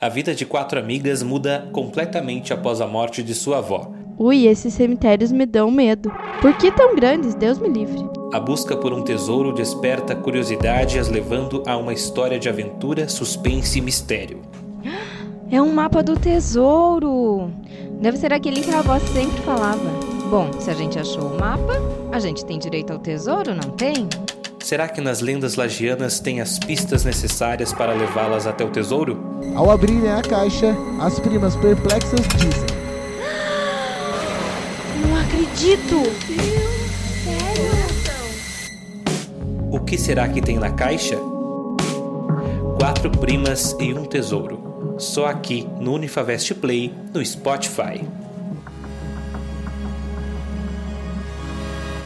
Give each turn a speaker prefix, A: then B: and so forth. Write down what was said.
A: a vida de quatro amigas muda completamente após a morte de sua avó.
B: Ui, esses cemitérios me dão medo. Por que tão grandes? Deus me livre.
A: A busca por um tesouro desperta curiosidade, as levando a uma história de aventura, suspense e mistério.
B: É um mapa do tesouro. Deve ser aquele que a avó sempre falava.
C: Bom, se a gente achou o mapa, a gente tem direito ao tesouro, não tem?
A: Será que nas lendas lagianas tem as pistas necessárias para levá-las até o tesouro?
D: Ao abrirem a caixa, as primas perplexas dizem:
B: Não acredito!
A: O que será que tem na caixa? Quatro primas e um tesouro. Só aqui no Unifavest Play, no Spotify.